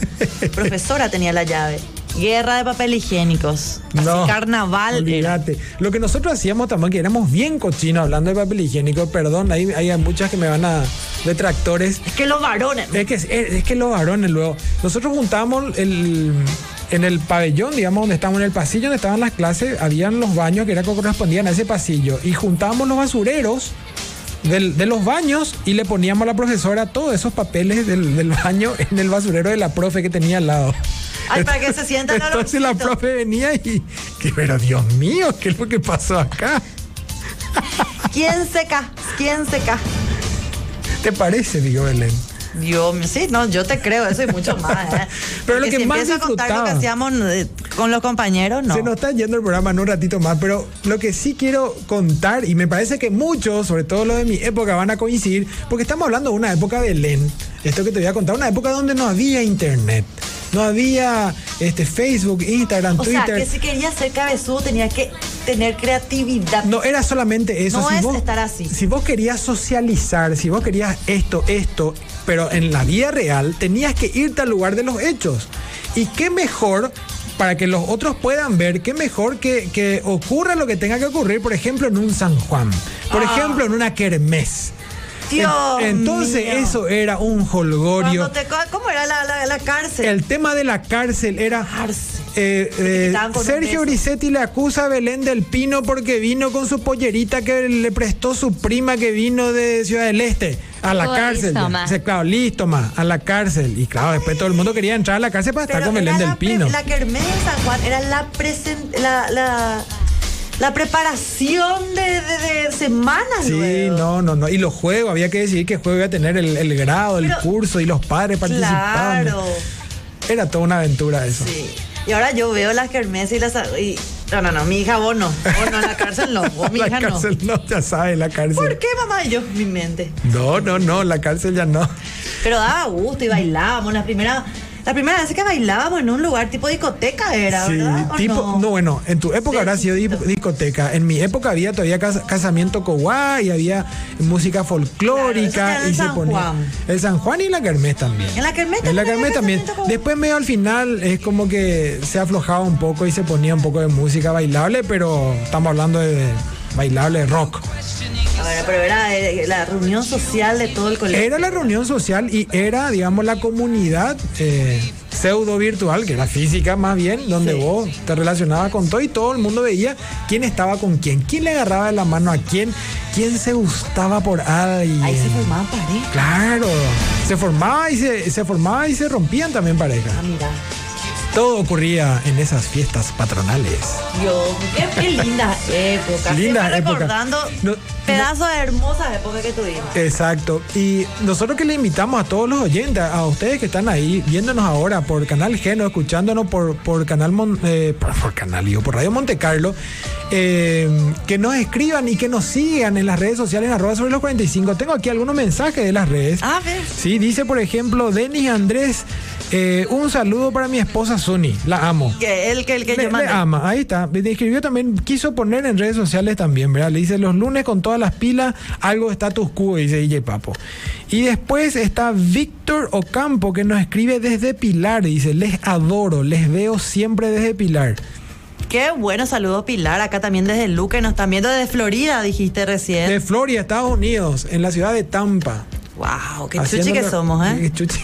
profesora tenía la llave? Guerra de papel higiénicos. Así carnaval. eh. era.
Olvídate. Lo que nosotros hacíamos también, que éramos bien cochinos hablando de papel higiénico, perdón, ahí ahí hay muchas que me van a detractores.
Es que los varones.
Es que, es, es que los varones luego. Nosotros juntábamos el, en el pabellón, digamos, donde estábamos, en el pasillo donde estaban las clases, habían los baños que era que correspondían a ese pasillo. Y juntábamos los basureros del- de los baños y le poníamos a la profesora todos esos papeles del, del baño en el basurero de la profe que tenía al lado.
Ay, para que se sienta el
Entonces la
olorcito.
profe venía y. que, pero Dios mío, ¿qué es lo que pasó acá?
¿Quién seca? ¿Quién seca?
¿Te parece, digo Belén?
Dios mío, sí, no, yo te creo, eso y mucho más. ¿eh?
Pero lo
Porque
que
si
más
empiezo a contar lo que
disfrutaba-
hacíamos eh, con los compañeros, no.
Se nos está yendo el programa en un ratito más, pero lo que sí quiero contar, y me parece que muchos, sobre todo los de mi época, van a coincidir, porque estamos hablando de una época Belén, esto que te voy a contar, una época donde no había internet, no había este, Facebook, Instagram,
o sea,
Twitter.
que si querías ser cabezudo tenía que tener creatividad.
No era solamente eso.
No
si
es
vos,
estar así.
Si vos querías socializar, si vos querías esto, esto, pero en la vida real tenías que irte al lugar de los hechos. Y qué mejor para que los otros puedan ver, qué mejor que, que ocurra lo que tenga que ocurrir, por ejemplo, en un San Juan, por ejemplo, en una kermés.
Ah. Dios
En- Entonces
mío.
eso era un holgorio.
Cuando te co- ¿Cómo era la, la- la cárcel?
El tema de la cárcel era.
Cárcel.
eh, eh,
quitaban con un
Sergio
beso.
Grisetti le acusa a Belén del Pino porque vino con su pollerita que le prestó su prima que vino de Ciudad del Este. A la
Oh,
cárcel.
listo,
ya.
ma.
Dice, claro, listo, más. A la cárcel. Y claro, después todo el mundo quería entrar a la cárcel para estar
Pero
con
era
Belén
la
del
pre-
Pino.
La Kermés de San Juan era la presen- la, la- la preparación de, de- de semanas.
Sí,
luego.
no, no, no. Y los juegos, había que decidir qué juego iba a tener el, el grado, el
Pero-
curso y los padres participaban.
Claro.
Era toda una aventura eso.
Sí. Y ahora yo veo las kermeses y las. y- no, no, no, mi hija vos no. Vos Oh, no, en la cárcel no. Vos, mi
la
hija no.
cárcel no. ya sabes, la cárcel.
¿Por qué, mamá? Y yo, mi mente.
No, no, no, la cárcel ya no.
Pero daba gusto y bailábamos. La primera, la primera vez que bailábamos en un lugar tipo discoteca era,
Sí,
¿verdad? ¿O
tipo, no? bueno, en tu época
Sí,
habrá sido di-
distinto.
discoteca. En mi época había todavía cas- casamiento y había música folclórica
Claro, eso era
y
el
se
San
ponía
Juan.
el San Juan y la Kermés también.
En la Kermés
En la
también había
Kermés también.
casamiento con-
Después medio al final es como que se aflojaba un poco y se ponía un poco de música bailable, pero estamos hablando de bailable rock.
A ver, pero era eh, la reunión social de todo el colegio.
Era la reunión social y era, digamos, la comunidad eh, pseudo virtual, que era física más bien, donde
Sí.
vos te relacionabas con todo y todo el mundo veía quién estaba con quién, quién le agarraba de la mano a quién, quién se gustaba por alguien.
Ahí se formaban parejas.
Claro, se formaba y se, se formaba y se rompían también parejas.
Ah, mira.
Todo ocurría en esas fiestas patronales.
Dios, qué, qué linda época.
Linda
Siempre
época.
recordando
No,
pedazos de hermosas épocas que tuvimos.
Exacto. Y nosotros que le invitamos a todos los oyentes, a ustedes que están ahí viéndonos ahora por Canal Geno, escuchándonos por, por Canal Mon- eh, por, por Canal, digo, por Radio Monte Carlo, eh, que nos escriban y que nos sigan en las redes sociales en arroba sobre los 45. Tengo aquí algunos mensajes de las redes.
A ver.
Sí, dice por ejemplo Denis Andrés, eh, un saludo para mi esposa Sony, la amo.
Que el que, el que
Le-
yo
le
mandé.
ama, ahí está. Me Escribió también, quiso poner en redes sociales también, ¿verdad? Le dice, los lunes con todas las pilas, algo de status quo, dice DJ Papo. Y después está Víctor Ocampo, que nos escribe desde Pilar, dice, les adoro, les veo siempre desde Pilar.
Qué bueno, saludos Pilar. Acá también desde Luque nos están viendo desde Florida, dijiste recién.
De Florida, Estados Unidos, en la ciudad de Tampa.
Wow, qué
Haciendo
chuchi que
la-
somos, ¿eh?
Qué chuchi.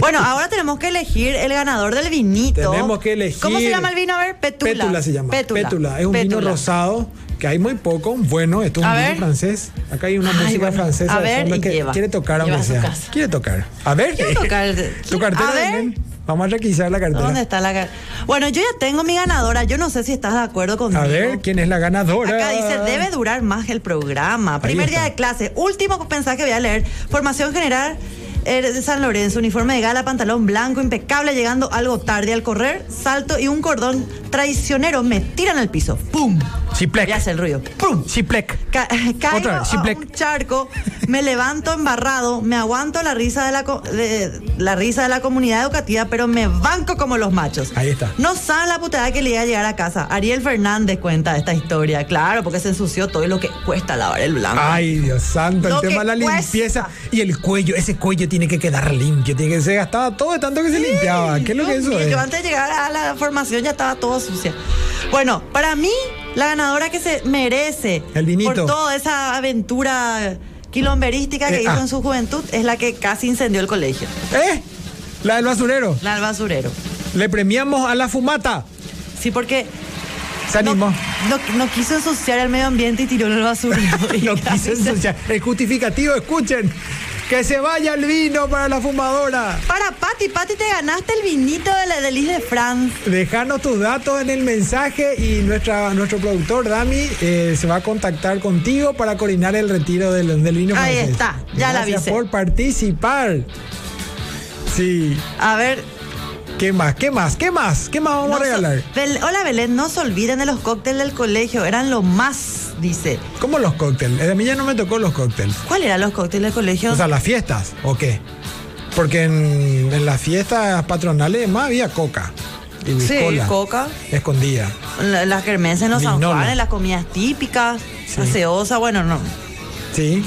Bueno, ahora tenemos que elegir el ganador del vinito.
Tenemos que elegir.
¿Cómo se llama el vino? A ver, Petula.
Pétula se llama. Pétula.
Pétula.
Es un vino
Pétula.
rosado que hay muy poco. Bueno, esto es
A
un vino
ver.
francés. Acá hay una
Ay,
música
bueno.
francesa
A
de
ver,
fondo
y
que
lleva.
quiere tocar aunque
Lleva a su
sea.
casa.
Quiere tocar. A ver.
Quiero tocar.
tu cartera.
A ver.
Belén. Vamos a requisar la cartera.
¿Dónde está la ca- Bueno, yo ya tengo mi ganadora. Yo no sé si estás de acuerdo conmigo.
A ver, ¿quién es la ganadora?
Acá dice, debe durar más el programa. Primer
está.
día de clase, último mensaje que voy a leer. Formación general eh, de San Lorenzo, uniforme de gala, pantalón blanco, impecable, llegando algo tarde al correr, salto y un cordón traicionero me tiran al piso. ¡Pum!
Chiplec.
Y hace el ruido. ¡Pum!
Chiplec.
Ca- caigo
Otra vez,
a
Chiplec.
un charco, me levanto embarrado, me aguanto la risa de la, co- de- la risa de la comunidad educativa, pero me banco como los machos.
Ahí está.
No saben la putada que le iba a llegar a casa. Ariel Fernández cuenta esta historia, claro, porque se ensució todo y lo que cuesta lavar el blanco.
Ay, Dios santo,
Lo
el tema de
que
la limpieza
cuesta.
y el cuello. Ese cuello tiene que quedar limpio, tiene que se gastaba todo de tanto que se limpiaba. ¿Qué es lo que
Dios
eso
mío,
es?
Yo antes de llegar a la formación ya estaba todo sucia. Bueno, para mí, la ganadora que se merece
El vinito.
por toda esa aventura quilomberística que
Eh,
hizo
ah.
en su juventud es la que casi incendió el colegio,
¿Eh? La del basurero.
la del basurero.
Le premiamos a la fumata.
Sí, porque
Se
no,
animó.
no- no quiso ensuciar el medio ambiente y tiró en el basurero. Y
No
casi
quiso
se-
ensuciar. El justificativo, escuchen. Que se vaya el vino para la fumadora.
Para Pati, Pati, te ganaste el vinito de la Delice de France.
Dejanos tus datos en el mensaje y nuestra, nuestro productor Dami eh, se va a contactar contigo para coordinar el retiro del, del vino.
Ahí
francés.
está, ya la
Gracias
avisé.
por participar. Sí,
A ver,
¿qué más? ¿Qué más? ¿Qué más? ¿Qué más vamos
No
a
se-
regalar?
Bel- hola Belén, no se olviden de los cócteles del colegio, eran lo más, dice.
¿Cómo los cócteles? A mí ya no me tocó los cócteles.
¿Cuál eran los cócteles del colegio?
O sea, las fiestas, ¿o qué? Porque en, en las fiestas patronales más había coca. Y
sí,
cola,
coca,
Escondida.
la- las kermeses en los San
Vinola.
Juanes, las comidas típicas,
Sí.
gaseosa, bueno, no.
Sí.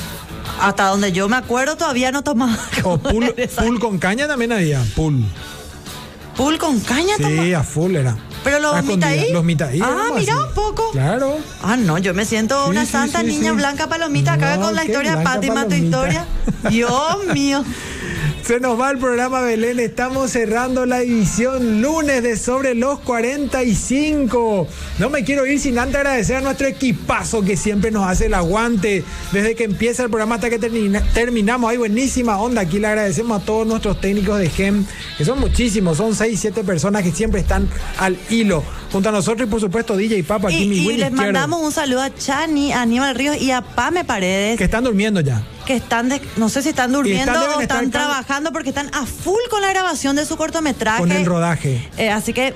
Hasta donde yo me acuerdo todavía no tomaba.
O pool,
Esa-
pool con caña también había. Pool.
Pool con caña
Sí,
tomaba.
a full era.
Pero los
A escondida,
mitaí.
Los mitaí.
Ah,
nomás,
mira
sí.
un poco.
Claro.
Ah, no, yo me siento
Sí,
una
sí,
santa
sí,
niña
sí.
blanca palomita acá
No,
con la
qué
historia de
blanca
Pati, más tu
palomita.
historia. Dios mío.
Se nos va el programa Belén. Estamos cerrando la edición lunes de sobre los 45. No me quiero ir sin antes agradecer a nuestro equipazo que siempre nos hace el aguante. Desde que empieza el programa hasta que termina- terminamos. Hay buenísima onda. Aquí le agradecemos a todos nuestros técnicos de GEM, que son muchísimos. Son 6, 7 personas que siempre están al hilo. Junto a nosotros y por supuesto DJ Papa,
Y,
aquí mi
y
Willy
les
izquierdo,
mandamos un saludo a Chani, a Aníbal Ríos y a Pame Paredes,
que están durmiendo ya.
que están, de- no sé si están durmiendo
deben
o
estar
están
cal-
trabajando porque están a full con la grabación de su cortometraje.
Con el rodaje.
Eh, así que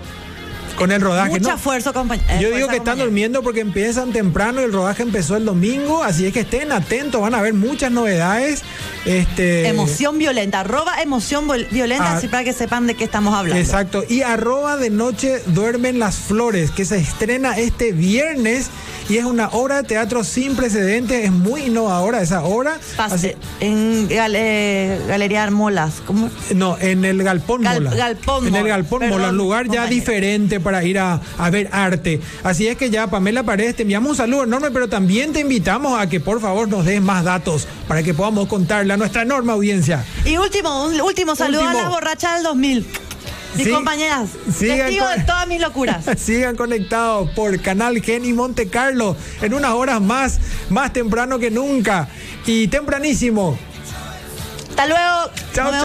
con el rodaje.
Mucho
¿no?
esfuerzo, compañero.
Yo digo que están durmiendo porque empiezan temprano, el rodaje empezó el domingo, así es que estén atentos, van a ver muchas novedades. Este,
Emoción violenta, arroba emoción vol- violenta,
Ah.
así para que sepan de qué estamos hablando.
Exacto. Y arroba de noche duermen las flores, que se estrena este viernes y es una obra de teatro sin precedentes, es muy innovadora esa obra.
Pas-
Así-
en gal- eh, Galería Armolas. ¿Cómo?
no, en el Galpón
Gal-
Mola.
Galpón
en el
Mola.
Galpón
Perdón,
Mola, un lugar ya
compañero.
diferente para ir a, a ver arte. Así es que ya, Pamela Paredes, te enviamos un saludo enorme, pero también te invitamos a que por favor nos des más datos para que podamos contarle a nuestra enorme audiencia.
Y último, un último saludo
Último.
a las borrachas del 2000. Mis
Sí.
compañeras,
Sigan
testigo
con-
de todas mis locuras.
Sigan conectados por Canal Geni Monte Carlo en unas horas más, más temprano que nunca y tempranísimo.
Hasta luego.
Chao,
Nos vemos.